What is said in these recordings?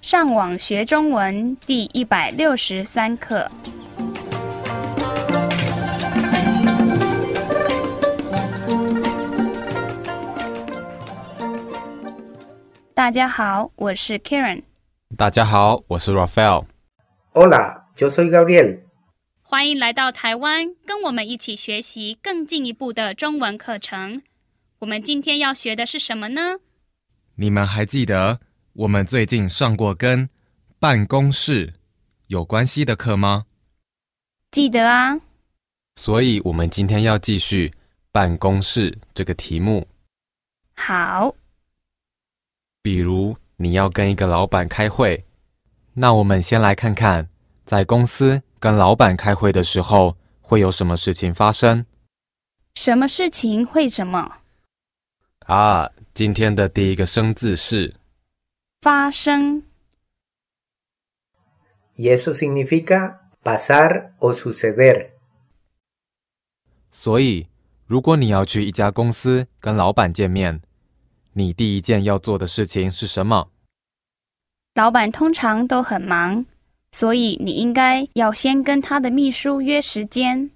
上网学中文第一百六十三课。大家好，我是 Karen。大家好，我是 Raphael。 Hola, yo soy Gabriel. 欢迎来到台湾，跟我们一起学习更进一步的中文课程。我们今天要学的是什么呢？你们还记得我们最近上过跟办公室有关系的课吗？记得啊，所以我们今天要继续办公室这个题目。好，比如你要跟一个老板开会，那我们先来看看在公司跟老板开会的时候会有什么事情发生什么事情会什么啊？今天的第一个生字是发生？ Y eso significa pasar o suceder. 所以，如果你要去一家公司跟老板见面，你第一件要做的事情是什么？老板通常都很忙，所以你应该要先跟他的秘书约时间。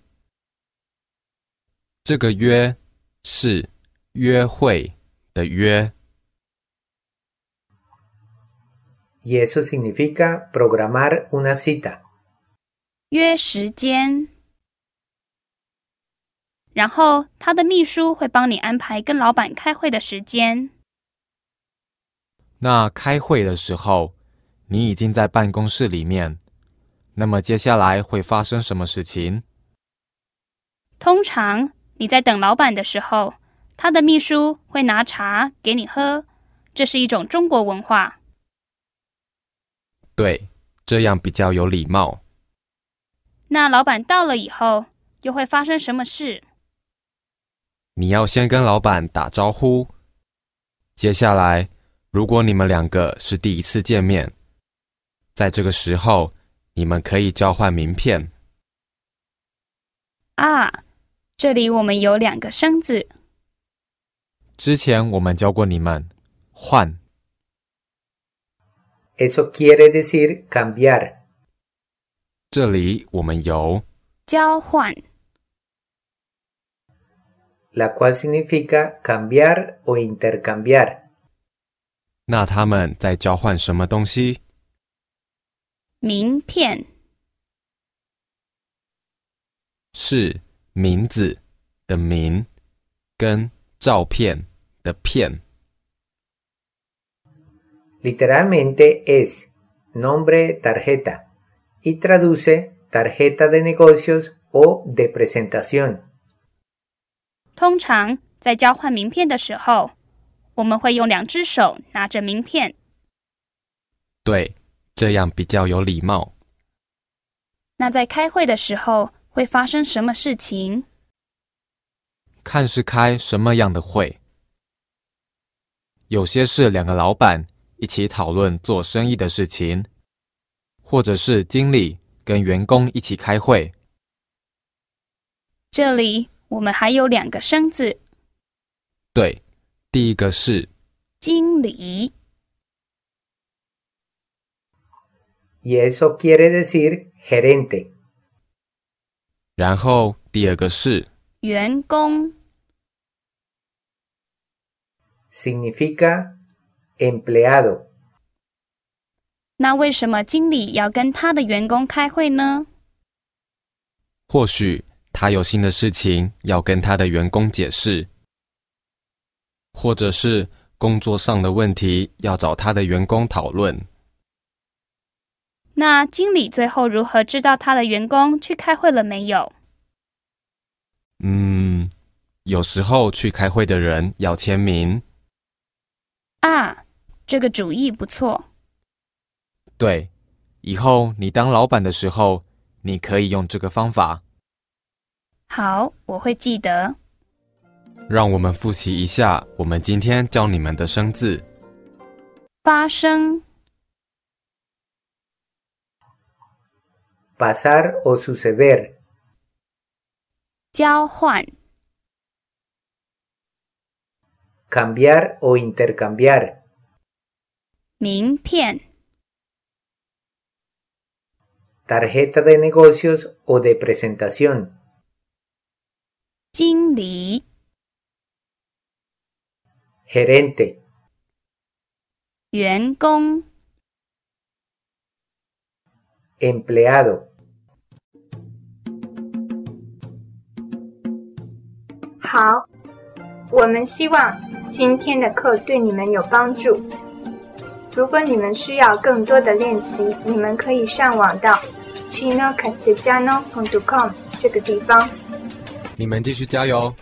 这个“约”是约会的“约 Y eso significa programar una cita. 约时间，然后他的秘书会帮你安排跟老板开会的时间。”。那开会的时候，你已经在办公室里面，那么接下来会发生什么事情？通常你在等老板的时候，他的秘书会拿茶给你喝，这是一种中国文化。对，这样比较有礼貌。那老板到了以后，又会发生什么事？你要先跟老板打招呼。接下来，如果你们两个是第一次见面，在这个时候，你们可以交换名片。啊，这里我们有两个生字，之前我们教过你们换， Eso quiere decir cambiar. 这里我们由交换。 la cual significa cambiar o intercambiar. 那他们在交换什么东西？名片、是名字的名跟照片的片， Literalmente es nombre tarjeta y traduce tarjeta de negocios o de presentación. 通常在交换名片的时候，我们会用两只手拿着名片。对，这样比较有礼貌。那在开会的时候会发生什么事情？看是开什么样的会。有些是两个老板一起讨论做生意的事情，或者是经理跟员工一起开会。这里我们还有两个生字，对，第一个是经理、 Y eso quiere decir gerente. 然后第二个是，员工、 Significa empleado. 那为什么经理要跟他的员工开会呢？或许他有新的事情要跟他的员工解释，或者是工作上的问题要找他的员工讨论。那经理最后如何知道他的员工去开会了没有？嗯，有时候去开会的人要签名。啊，这个主意不错。对，以后你当老板的时候，你可以用这个方法。好，我会记得。让我们复习一下我们今天教你们的生字：发生、 Pasar o suceder. 交换、 Cambiar o intercambiar. 名片、 tarjeta de negocios o de presentación, 经理、 gerente, 员工、 empleado, 好，我们希望今天的课对你们有帮助。如果你们需要更多的练习，你们可以上网到 chinocastellano.com 这个地方。你们继续加油！